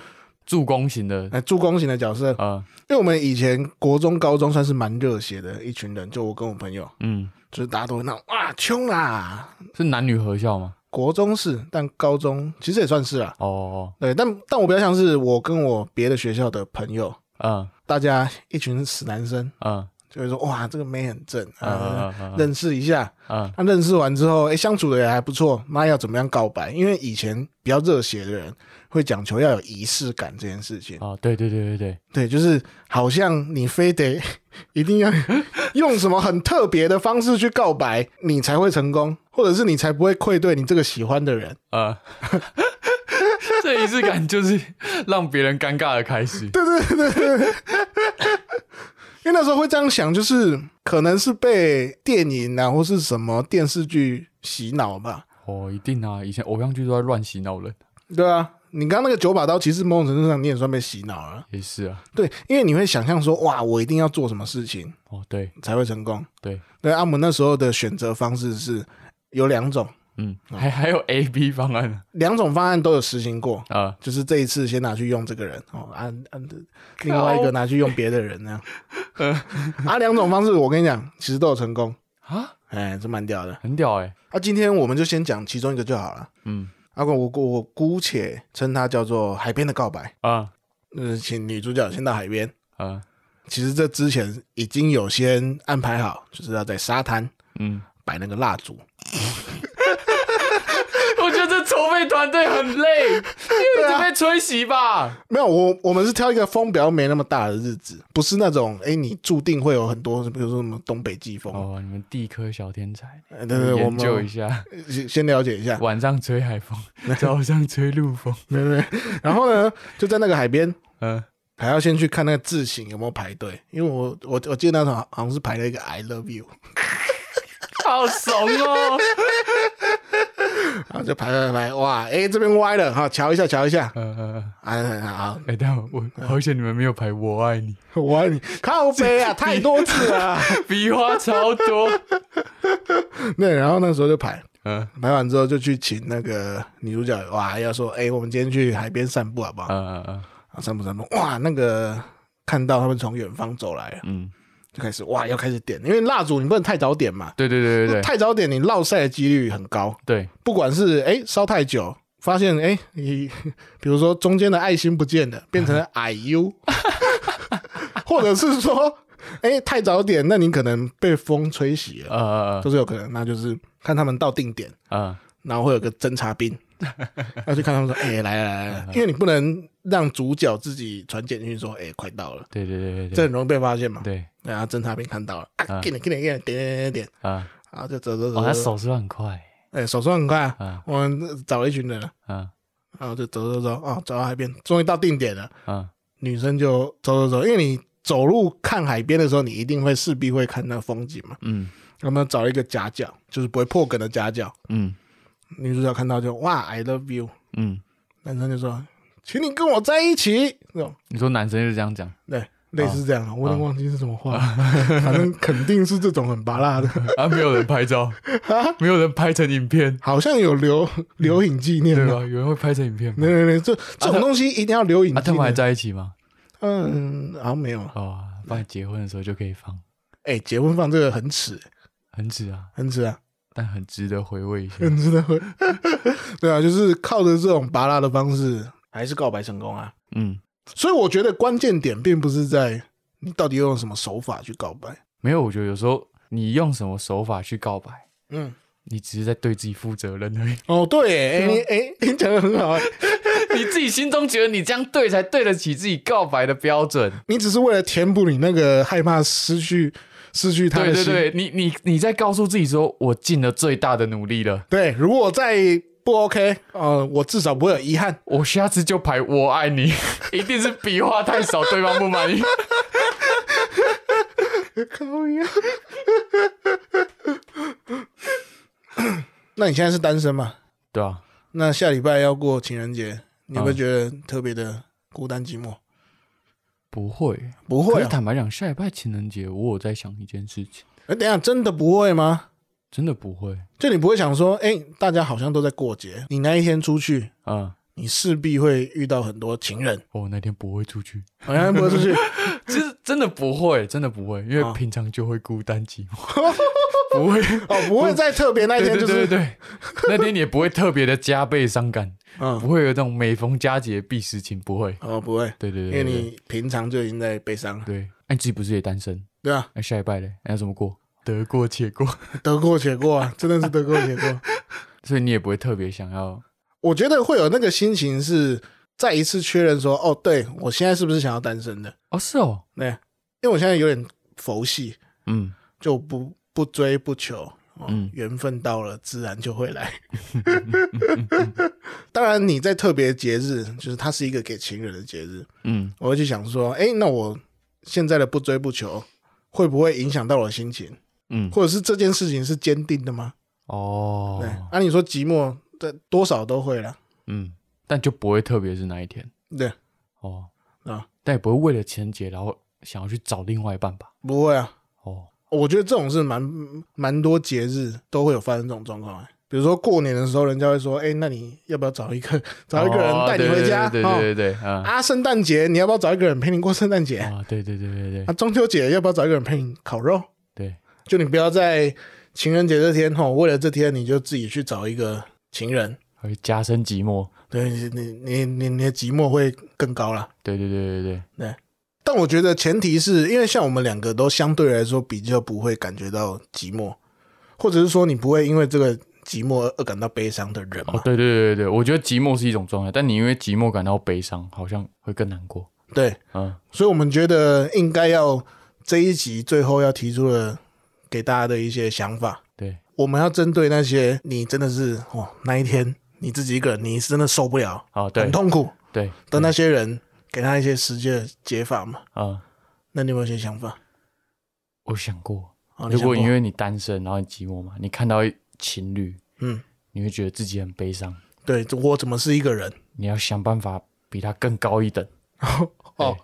[SPEAKER 2] 助攻型的，
[SPEAKER 1] 哎助攻型的角色，
[SPEAKER 2] 呃，
[SPEAKER 1] 因为我们以前国中、高中算是蛮热血的一群人，就我跟我朋友，
[SPEAKER 2] 嗯，
[SPEAKER 1] 就是大家都会那种哇冲啦，
[SPEAKER 2] 是男女合校吗？
[SPEAKER 1] 国中是，但高中其实也算是啦、
[SPEAKER 2] 哦哦，
[SPEAKER 1] 对，但但我比较像是我跟我别的学校的朋友，
[SPEAKER 2] 哦
[SPEAKER 1] 大家一群死男生，
[SPEAKER 2] 嗯嗯
[SPEAKER 1] 就会说哇，这个妹很正啊，
[SPEAKER 2] 嗯嗯嗯
[SPEAKER 1] 认识一下。
[SPEAKER 2] 嗯，
[SPEAKER 1] 那、认识完之后，哎、相处的也还不错，那要怎么样告白？因为以前比较热血的人会讲求要有仪式感这件事情，
[SPEAKER 2] 哦，对对对对对，
[SPEAKER 1] 对，就是好像你非得 一定要用什么很特别的方式去告白，你才会成功，或者是你才不会愧对你这个喜欢的人。
[SPEAKER 2] 呃， 这仪式感就是让别人尴尬的开始。对，
[SPEAKER 1] 因为那时候会这样想，就是可能是被电影啊或是什么电视剧洗脑吧。
[SPEAKER 2] 哦，一定啊！以前偶像剧都在乱洗脑人，
[SPEAKER 1] 对啊，你刚那个九把刀，其实某种程度上你也算被洗脑了。
[SPEAKER 2] 也是啊。
[SPEAKER 1] 对，因为你会想象说，哇，我一定要做什么事情
[SPEAKER 2] 哦，对
[SPEAKER 1] 才会成功。
[SPEAKER 2] 对，
[SPEAKER 1] 对，阿、姆那时候的选择方式是有两种，
[SPEAKER 2] 嗯，
[SPEAKER 1] 哦
[SPEAKER 2] 还还有 A B 方案呢
[SPEAKER 1] 两种方案都有实行过，
[SPEAKER 2] 啊，
[SPEAKER 1] 就是这一次先拿去用这个人哦，啊啊，另外一个拿去用别的人 那样。
[SPEAKER 2] 嗯
[SPEAKER 1] 啊，两种方式我跟你讲，其实都有成功，
[SPEAKER 2] 啊，
[SPEAKER 1] 哎，这蛮屌的。
[SPEAKER 2] 很屌哎、
[SPEAKER 1] 啊，今天我们就先讲其中一个就好了。
[SPEAKER 2] 嗯
[SPEAKER 1] 啊，我我我姑且称它叫做海边的告白，
[SPEAKER 2] 啊
[SPEAKER 1] 就是请女主角先到海边。
[SPEAKER 2] 啊
[SPEAKER 1] 其实这之前已经有先安排好，就是要在沙滩
[SPEAKER 2] 嗯，
[SPEAKER 1] 摆那个蜡烛。
[SPEAKER 2] 我觉得这筹备团队很累，因为准备吹洗吧。
[SPEAKER 1] 没有，我我们是挑一个风比较没那么大的日子，不是那种哎，你注定会有很多，比如说什么东北季风。
[SPEAKER 2] 哦，你们地科小天才，
[SPEAKER 1] 哎对对，我
[SPEAKER 2] 研究一
[SPEAKER 1] 们
[SPEAKER 2] 下，
[SPEAKER 1] 先先了解一下。
[SPEAKER 2] 晚上吹海风， 早上吹陆 风。
[SPEAKER 1] 没有没有，然后呢，就在那个海边，
[SPEAKER 2] 嗯、
[SPEAKER 1] 还要先去看那个字形有没有排队，因为我我我记得那时候好像是排了一个 I love you，
[SPEAKER 2] 好怂 哦。
[SPEAKER 1] 然后就排排排，哇，哎这边歪了哈，瞧一下瞧一下，
[SPEAKER 2] 嗯嗯嗯。
[SPEAKER 1] 啊好，
[SPEAKER 2] 哎、但我我好险你们没有排《我爱你
[SPEAKER 1] 我爱你，靠背啊，太多次了、啊。》，
[SPEAKER 2] 笔画超多。
[SPEAKER 1] 对，然后那时候就排，
[SPEAKER 2] 嗯
[SPEAKER 1] 排完之后就去请那个女主角，哇，要说，哎、我们今天去海边散步好不好？
[SPEAKER 2] 嗯嗯嗯，
[SPEAKER 1] 啊，散步散步，哇，那个看到他们从远方走来了，
[SPEAKER 2] 嗯，
[SPEAKER 1] 就开始哇，要开始点，因为蜡烛你不能太早点嘛，
[SPEAKER 2] 对对对 对对
[SPEAKER 1] 太早点你落晒的几率很高，
[SPEAKER 2] 对，
[SPEAKER 1] 不管是哎烧太久，发现哎你比如说中间的爱心不见了，变成了 I U，或者是说哎太早点，那你可能被风吹袭了，
[SPEAKER 2] 呃
[SPEAKER 1] 都是有可能。那就是看他们到定点，
[SPEAKER 2] 呃
[SPEAKER 1] 然后会有个侦察兵，要去看他们说哎来来来来，因为你不能让主角自己传简讯说哎快到了，
[SPEAKER 2] 对对对对
[SPEAKER 1] 这
[SPEAKER 2] 对
[SPEAKER 1] 很容易被发现嘛。
[SPEAKER 2] 对
[SPEAKER 1] 然后侦察兵看到了，啊给你给你给你点点点点，
[SPEAKER 2] 啊，
[SPEAKER 1] 然后就走走
[SPEAKER 2] 哦，他
[SPEAKER 1] 走走，
[SPEAKER 2] 手速很快，
[SPEAKER 1] 哎手速很快啊，
[SPEAKER 2] 啊
[SPEAKER 1] 我们找了一群人了。
[SPEAKER 2] 啊
[SPEAKER 1] 然后就走走走，哦，走到海边，终于到定点了。
[SPEAKER 2] 啊，
[SPEAKER 1] 女生就走走走，因为你走路看海边的时候，你一定会势必会看那风景嘛。
[SPEAKER 2] 嗯
[SPEAKER 1] 那么找一个夹角，就是不会破梗的夹角。
[SPEAKER 2] 嗯
[SPEAKER 1] 女主角看到就哇，I love you。
[SPEAKER 2] 嗯，
[SPEAKER 1] 男生就说，请你跟我在一起。那种
[SPEAKER 2] 你说男生就是这样讲
[SPEAKER 1] 对，类似这
[SPEAKER 2] 哦
[SPEAKER 1] 样，我有点忘记是什么话， 反正肯定是这种很拔辣的，
[SPEAKER 2] 啊？没有人拍照，没有人拍成影片，
[SPEAKER 1] 好像有留留影纪念
[SPEAKER 2] 对
[SPEAKER 1] 的。
[SPEAKER 2] 吧？有人会拍成影片吗
[SPEAKER 1] 对对对，这这种东西一定要留影
[SPEAKER 2] 啊，
[SPEAKER 1] 纪
[SPEAKER 2] 他们还
[SPEAKER 1] 念。
[SPEAKER 2] 在一起吗？
[SPEAKER 1] 嗯，好像没有。
[SPEAKER 2] 哦，不然结婚的时候就可以放，
[SPEAKER 1] 哎，结婚放这个很耻，
[SPEAKER 2] 很值啊，
[SPEAKER 1] 很耻啊。
[SPEAKER 2] 但很值得回味一下。
[SPEAKER 1] 认真的会， 对啊，就是靠着这种拔拉的方式，还是告白成功啊。
[SPEAKER 2] 嗯，
[SPEAKER 1] 所以我觉得关键点并不是在你到底用什么手法去告白，
[SPEAKER 2] 没有，我觉得有时候你用什么手法去告白，
[SPEAKER 1] 嗯，
[SPEAKER 2] 你只是在对自己负责任 而已。
[SPEAKER 1] 哦，对耶，哎、你哎、你讲的很好耶，
[SPEAKER 2] 你自己心中觉得你这样对才对得起自己告白的标准。
[SPEAKER 1] 你只是为了填补你那个害怕失去失去他
[SPEAKER 2] 对
[SPEAKER 1] 的
[SPEAKER 2] 对
[SPEAKER 1] 心，
[SPEAKER 2] 对，你你你在告诉自己说，我尽了最大的努力了，
[SPEAKER 1] 对如果我再不 OK，呃，我至少不会有遗憾。
[SPEAKER 2] 我下次就排我爱 你，一定是笔画太少，对方不满意。
[SPEAKER 1] 靠呀！那你现在是单身嘛？
[SPEAKER 2] 对啊，
[SPEAKER 1] 那下礼拜要过情人节，你会觉得特别的孤单寂寞？
[SPEAKER 2] 不会。
[SPEAKER 1] 不
[SPEAKER 2] 可
[SPEAKER 1] 会、
[SPEAKER 2] 是
[SPEAKER 1] 啊，
[SPEAKER 2] 坦白讲，下礼拜情人节，我有在想一件事情，
[SPEAKER 1] 哎，等一下，真的不会吗？
[SPEAKER 2] 真的不会。
[SPEAKER 1] 就你不会想说，哎、大家好像都在过节，你那一天出去，
[SPEAKER 2] 嗯，
[SPEAKER 1] 你势必会遇到很多情人，
[SPEAKER 2] 我哦那天不会出去，
[SPEAKER 1] 好像不会出去，
[SPEAKER 2] 其实真的不会，真的不会，因
[SPEAKER 1] 啊
[SPEAKER 2] 为平常就会孤单寂 寞，不会。
[SPEAKER 1] 哦，不会在特别那一
[SPEAKER 2] 对
[SPEAKER 1] 天
[SPEAKER 2] 对
[SPEAKER 1] 就
[SPEAKER 2] 对对
[SPEAKER 1] 是，
[SPEAKER 2] 对，那天也不会特别的加倍伤感，
[SPEAKER 1] 嗯，
[SPEAKER 2] 不会有这种每逢佳节必思亲，不会。
[SPEAKER 1] 哦，不会，
[SPEAKER 2] 对对
[SPEAKER 1] 因为
[SPEAKER 2] 对对对，
[SPEAKER 1] 你平常就已经在悲伤了，
[SPEAKER 2] 对，哎，你自己不是也单身？
[SPEAKER 1] 对啊，
[SPEAKER 2] 那下一拜嘞，那要怎么过？得过且过，
[SPEAKER 1] 得过且过啊，真的是得过且过。
[SPEAKER 2] 所以你也不会特别想要。
[SPEAKER 1] 我觉得会有那个心情是再一次确认说，哦，对我现在是不是想要单身的？
[SPEAKER 2] 哦，是哦，
[SPEAKER 1] 对，因为我现在有点佛系，
[SPEAKER 2] 嗯，
[SPEAKER 1] 就不不追不求，哦、
[SPEAKER 2] 嗯
[SPEAKER 1] 缘分到了自然就会来。 当然，你在特别节日，就是它是一个给情人的节日，
[SPEAKER 2] 嗯
[SPEAKER 1] 我会去想说，哎，那我现在的不追不求，会不会影响到我的心情，
[SPEAKER 2] 嗯，
[SPEAKER 1] 或者是这件事情是坚定的吗？
[SPEAKER 2] 哦
[SPEAKER 1] 对，，按、理说寂寞的多少都会啦，
[SPEAKER 2] 嗯，但就不会特别是那一天
[SPEAKER 1] 对，
[SPEAKER 2] 哦
[SPEAKER 1] 啊，
[SPEAKER 2] 但也不会为了情人节然后想要去找另外一半吧？
[SPEAKER 1] 不会啊。
[SPEAKER 2] 哦，
[SPEAKER 1] 我觉得这种是蛮蛮多节日都会有发生这种状况、哎比如说过年的时候，人家会说：“哎、那你要不要找一个找一个人
[SPEAKER 2] 哦
[SPEAKER 1] 带你回家？”
[SPEAKER 2] 对
[SPEAKER 1] 哦
[SPEAKER 2] 对对对对，对嗯
[SPEAKER 1] 啊，圣诞节你要不要找一个人陪你过圣诞节？
[SPEAKER 2] 啊，对对对对
[SPEAKER 1] 啊，
[SPEAKER 2] 对
[SPEAKER 1] 中秋节要不要找一个人陪你烤肉？
[SPEAKER 2] 对，
[SPEAKER 1] 就你不要在情人节这天吼，为了这天你就自己去找一个情人，
[SPEAKER 2] 会加深寂寞。
[SPEAKER 1] 对你你你你你的寂寞会更高啦。
[SPEAKER 2] 对对对对对，
[SPEAKER 1] 啊但我觉得前提是因为像我们两个都相对来说比较不会感觉到寂寞，或者是说你不会因为这个寂寞而而感到悲伤的人
[SPEAKER 2] 哦
[SPEAKER 1] 嘛，？
[SPEAKER 2] 对对对对对，我觉得寂寞是一种状态，但你因为寂寞感到悲伤，好像会更难过。
[SPEAKER 1] 对，
[SPEAKER 2] 嗯，
[SPEAKER 1] 所以我们觉得应该要这一集最后要提出的给大家的一些想法。
[SPEAKER 2] 对，
[SPEAKER 1] 我们要针对那些你真的是哦，那一天你自己一个人，你真的受不了，
[SPEAKER 2] 哦，对
[SPEAKER 1] 很痛苦
[SPEAKER 2] 对，
[SPEAKER 1] 的那些人，给他一些实际的解法嘛。
[SPEAKER 2] 嗯，
[SPEAKER 1] 那你有没有一些想法？
[SPEAKER 2] 我想过，
[SPEAKER 1] 哦、
[SPEAKER 2] 如果
[SPEAKER 1] 你
[SPEAKER 2] 因
[SPEAKER 1] 想过
[SPEAKER 2] 为你单身，然后你寂寞嘛，你看到一情侣，
[SPEAKER 1] 嗯，
[SPEAKER 2] 你会觉得自己很悲伤，
[SPEAKER 1] 对我怎么是一个人？
[SPEAKER 2] 你要想办法比他更高一等。
[SPEAKER 1] 哦，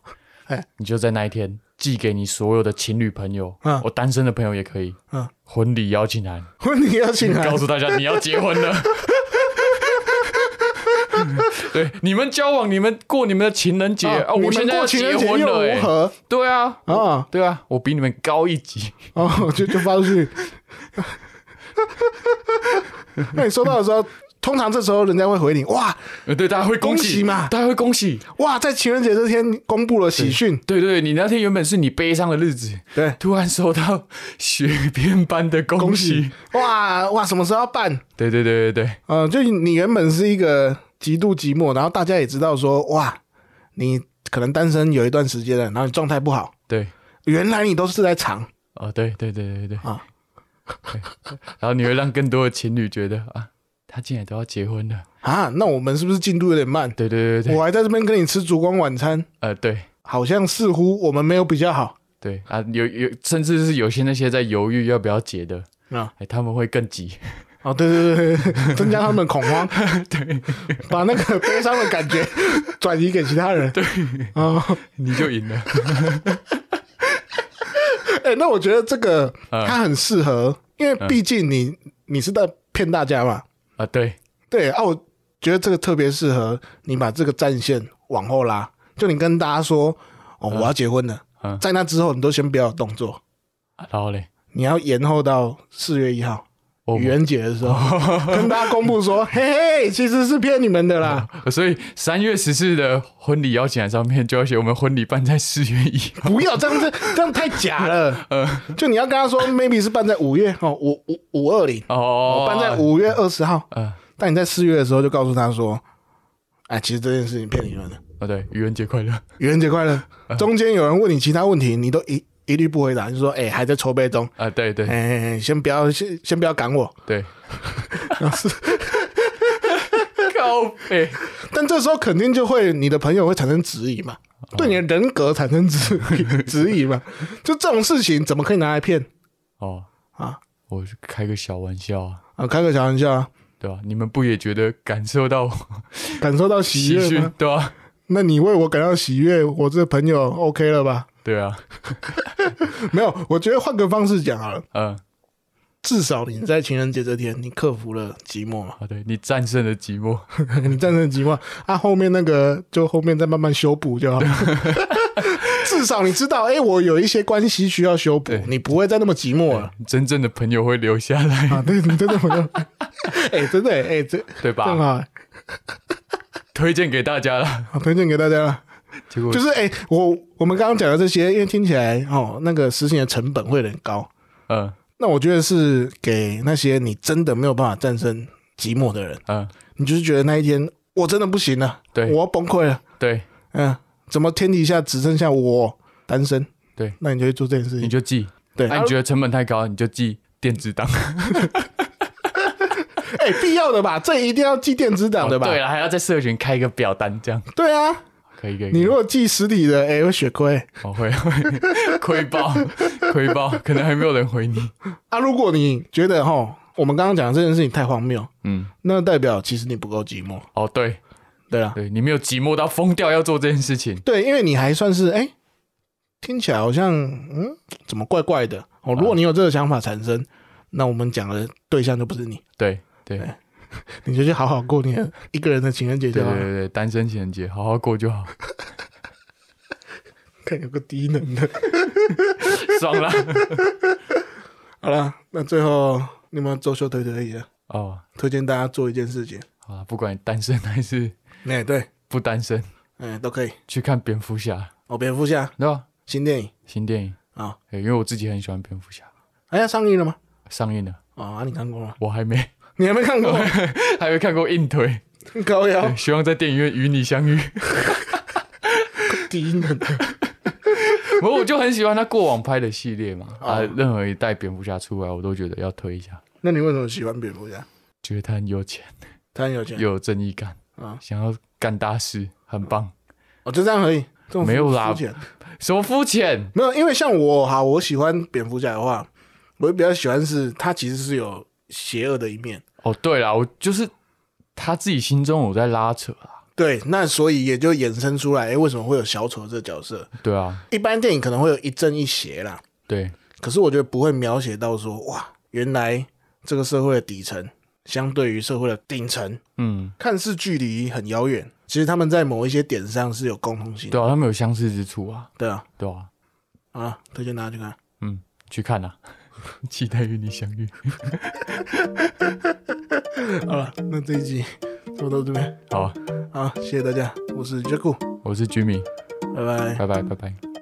[SPEAKER 2] 你就在那一天寄给你所有的情侣朋友，
[SPEAKER 1] 嗯
[SPEAKER 2] 我单身的朋友也可以，
[SPEAKER 1] 嗯
[SPEAKER 2] 婚
[SPEAKER 1] 哎
[SPEAKER 2] 礼 邀请函，
[SPEAKER 1] 你要进来
[SPEAKER 2] 告，诉大家你要结婚了。对，你们交往，你们过你们的情人节
[SPEAKER 1] 啊
[SPEAKER 2] 哦，
[SPEAKER 1] 你
[SPEAKER 2] 我
[SPEAKER 1] 们
[SPEAKER 2] 现在要
[SPEAKER 1] 过情
[SPEAKER 2] 结
[SPEAKER 1] 人节
[SPEAKER 2] 婚
[SPEAKER 1] 又
[SPEAKER 2] 了、
[SPEAKER 1] 如
[SPEAKER 2] 欸，
[SPEAKER 1] 何
[SPEAKER 2] 对啊，
[SPEAKER 1] 啊？
[SPEAKER 2] 对啊，我比你们高一级，
[SPEAKER 1] 哦，就就发出去。 那你收到的时候，通常这时候人家会回你：哇
[SPEAKER 2] 呃对，大家会恭
[SPEAKER 1] 恭喜嘛
[SPEAKER 2] 大家会恭喜。
[SPEAKER 1] 哇，在情人节这天公布了喜讯，
[SPEAKER 2] 对对，你那天原本是你悲伤的日子，
[SPEAKER 1] 对，
[SPEAKER 2] 突然收到雪片般的恭
[SPEAKER 1] 恭
[SPEAKER 2] 喜。
[SPEAKER 1] 喜！哇哇，什么时候要办？
[SPEAKER 2] 对对对对对，
[SPEAKER 1] 呃，就你原本是一个极度寂寞，然后大家也知道说，哇，你可能单身有一段时间了，然后你状态不好，
[SPEAKER 2] 对，
[SPEAKER 1] 原来你都是在藏
[SPEAKER 2] 哦，对对对对对，
[SPEAKER 1] 啊，
[SPEAKER 2] 然后你会让更多的情侣觉得啊，他竟然都要结婚了。
[SPEAKER 1] 啊，那我们是不是进度有点慢？
[SPEAKER 2] 对对对对对，
[SPEAKER 1] 我还在这边跟你吃烛光晚餐，
[SPEAKER 2] 呃，对
[SPEAKER 1] 好像似乎我们没有比较好
[SPEAKER 2] 对啊，有有，甚至是有些那些在犹豫要不要结的，
[SPEAKER 1] 啊。
[SPEAKER 2] 哎，他们会更急。
[SPEAKER 1] 哦，对对对对对，增加他们恐慌，
[SPEAKER 2] 对，
[SPEAKER 1] 把那个悲伤的感觉转移给其他 人。对啊，
[SPEAKER 2] 你就赢了。
[SPEAKER 1] 哎、那我觉得这个
[SPEAKER 2] 嗯
[SPEAKER 1] 它很适合，因为毕竟你你是在骗大家嘛。
[SPEAKER 2] 啊，对
[SPEAKER 1] 对啊，我觉得这个特别适合你把这个战线往后拉，就你跟大家说哦，我要结婚了，
[SPEAKER 2] 嗯
[SPEAKER 1] 在那之后你都先不要有动作，
[SPEAKER 2] 啊然后嘞，
[SPEAKER 1] 你要延后到四月一号。
[SPEAKER 2] 哦
[SPEAKER 1] 愚人节的时候，跟大家公布说，嘿嘿，其实是骗你们的 啦，
[SPEAKER 2] 所以三月十四的婚礼邀请函上面就要写我们婚礼办在四月一号。
[SPEAKER 1] 不要这样子，这样太假了。
[SPEAKER 2] 呃
[SPEAKER 1] 就你要跟他说，maybe 是办在五月哦，五五五二零，
[SPEAKER 2] 哦，
[SPEAKER 1] 办在五月二十号，
[SPEAKER 2] 呃，
[SPEAKER 1] 但你在四月的时候就告诉他说，哎，其实这件事情骗你们的，
[SPEAKER 2] 哦对，愚人节快乐。
[SPEAKER 1] 愚人节快乐。
[SPEAKER 2] 呃
[SPEAKER 1] 中间有人问你其他问题，你都一一律不回答，就说：“哎、还在筹备中，
[SPEAKER 2] 啊，对对
[SPEAKER 1] 哎、哎先不要，先先不要赶我。
[SPEAKER 2] 对， 靠背，”
[SPEAKER 1] 但这时候肯定就会你的朋友会产生质疑嘛，
[SPEAKER 2] 哦
[SPEAKER 1] 对你的人格产生质质疑 嘛。就这种事情怎么可以拿来骗
[SPEAKER 2] 哦，
[SPEAKER 1] 啊？
[SPEAKER 2] 我是开个小玩笑啊，
[SPEAKER 1] 啊，开个小玩笑啊，
[SPEAKER 2] 对吧？你们不也觉得感受到
[SPEAKER 1] 感受到喜
[SPEAKER 2] 喜
[SPEAKER 1] 悦
[SPEAKER 2] 讯
[SPEAKER 1] 吗？，
[SPEAKER 2] 对吧？
[SPEAKER 1] 那你为我感到喜悦，我这朋友 OK 了吧？
[SPEAKER 2] 对啊，
[SPEAKER 1] 没有，我觉得换个方式讲好了，
[SPEAKER 2] 嗯，
[SPEAKER 1] 至少你在情人节这天，你克服了寂寞嘛，
[SPEAKER 2] 好对你战胜了寂寞，
[SPEAKER 1] 你战胜寂寞，啊，后面那个就后面再慢慢修补 就好。至少你知道，哎、我有一些关系需要修补
[SPEAKER 2] 对，
[SPEAKER 1] 你不会再那么寂寞了
[SPEAKER 2] 真正的朋友会留下来，
[SPEAKER 1] 啊！对，你真的朋友， 哎、真的、哎、这
[SPEAKER 2] 对
[SPEAKER 1] 正
[SPEAKER 2] 吧？
[SPEAKER 1] 好、哎
[SPEAKER 2] 推荐给大家了，
[SPEAKER 1] 好推荐给大家了。
[SPEAKER 2] 结果
[SPEAKER 1] 就是哎、我我们刚刚讲的这些，因为听起来哦，那个实行的成本会有点高，
[SPEAKER 2] 嗯
[SPEAKER 1] 那我觉得是给那些你真的没有办法战胜寂寞的人，
[SPEAKER 2] 嗯，
[SPEAKER 1] 你就是觉得那一天我真的不行了，
[SPEAKER 2] 对
[SPEAKER 1] 我要崩溃了。
[SPEAKER 2] 对，
[SPEAKER 1] 嗯，怎么天底下只剩下我单身？
[SPEAKER 2] 对，
[SPEAKER 1] 那你就会做这件事
[SPEAKER 2] 你
[SPEAKER 1] 情。
[SPEAKER 2] 就记，
[SPEAKER 1] 对，
[SPEAKER 2] 那
[SPEAKER 1] 哎、
[SPEAKER 2] 你觉得成本太高，你就记电子档，
[SPEAKER 1] 哎必要的吧，这一定要寄电子档的吧？
[SPEAKER 2] 哦对啊了，还要在社群开一个表单，这样
[SPEAKER 1] 对啊，
[SPEAKER 2] 可以可以。
[SPEAKER 1] 你如果寄实体的，哎、会血亏
[SPEAKER 2] 我会会 亏爆亏爆，可能还没有人回你。
[SPEAKER 1] 啊。如果你觉得哈，我们刚刚讲的这件事情太荒谬，
[SPEAKER 2] 嗯，
[SPEAKER 1] 那代表其实你不够寂寞，
[SPEAKER 2] 哦对
[SPEAKER 1] 对啊，
[SPEAKER 2] 对，你没有寂寞到疯掉要做这件事情。
[SPEAKER 1] 对，因为你还算是哎、听起来好像嗯，怎么怪怪的哦。如果你有这个想法产生，那我们讲的对象就不是你，
[SPEAKER 2] 对对对
[SPEAKER 1] 你就去好好过你的一个人的情人节就
[SPEAKER 2] 对
[SPEAKER 1] 好
[SPEAKER 2] 对
[SPEAKER 1] 了。
[SPEAKER 2] 对，单身情人节好好过就好，
[SPEAKER 1] 看有个低能的。
[SPEAKER 2] 爽啦。
[SPEAKER 1] 好了，那最后你们周休推推一下，
[SPEAKER 2] 哦，
[SPEAKER 1] 推荐大家做一件事情。
[SPEAKER 2] 好啦，不管你单身还是
[SPEAKER 1] 哎、对，
[SPEAKER 2] 不单身，
[SPEAKER 1] 哎、都可以。
[SPEAKER 2] 去看蝙蝠侠，
[SPEAKER 1] 哦，蝙蝠侠
[SPEAKER 2] 对吧？
[SPEAKER 1] 新电影
[SPEAKER 2] 新电影，
[SPEAKER 1] 啊、哦，
[SPEAKER 2] 对因为我自己很喜欢蝙蝠侠，
[SPEAKER 1] 哎呀，上映了吗？
[SPEAKER 2] 上映了，
[SPEAKER 1] 哦，啊，你看过吗？
[SPEAKER 2] 我还没
[SPEAKER 1] 你还没看过？
[SPEAKER 2] 还没看过硬腿，
[SPEAKER 1] 高腰
[SPEAKER 2] 对希望在电影院与你相遇。
[SPEAKER 1] 低能的。
[SPEAKER 2] 我我就很喜欢他过往拍的系列嘛，啊，
[SPEAKER 1] 哦
[SPEAKER 2] 任何一代蝙蝠侠出来，我都觉得要推一下，
[SPEAKER 1] 那你为什么喜欢蝙蝠侠？
[SPEAKER 2] 觉得他很有钱，
[SPEAKER 1] 他很有钱，
[SPEAKER 2] 又有正义感，
[SPEAKER 1] 啊
[SPEAKER 2] 想要干大事，很棒。
[SPEAKER 1] 哦，就这样而已。这种
[SPEAKER 2] 没有啦
[SPEAKER 1] 肤浅
[SPEAKER 2] 什么肤浅？
[SPEAKER 1] 没有，因为像我哈，我喜欢蝙蝠侠的话，我比较喜欢是他其实是有邪恶的一面。
[SPEAKER 2] 哦，对啦，我就是他自己心中有在拉扯啊，
[SPEAKER 1] 对，那所以也就衍生出来，哎、为什么会有小丑这个角色？
[SPEAKER 2] 对啊，
[SPEAKER 1] 一般电影可能会有一正一邪啦，
[SPEAKER 2] 对
[SPEAKER 1] 可是我觉得不会描写到说，哇，原来这个社会的底层相对于社会的顶层，
[SPEAKER 2] 嗯，
[SPEAKER 1] 看似距离很遥远，其实他们在某一些点上是有共通性的。
[SPEAKER 2] 对啊，他们有相似之处啊，
[SPEAKER 1] 对啊，
[SPEAKER 2] 对啊，
[SPEAKER 1] 啊，推荐大家去看。
[SPEAKER 2] 嗯，去看啊， 期待与你相遇。
[SPEAKER 1] 好了，那这一集差不多到这边
[SPEAKER 2] 好啊，
[SPEAKER 1] 啊，谢谢大家，我是 Jack，
[SPEAKER 2] 我是居民，
[SPEAKER 1] 拜拜。
[SPEAKER 2] 拜拜，拜拜。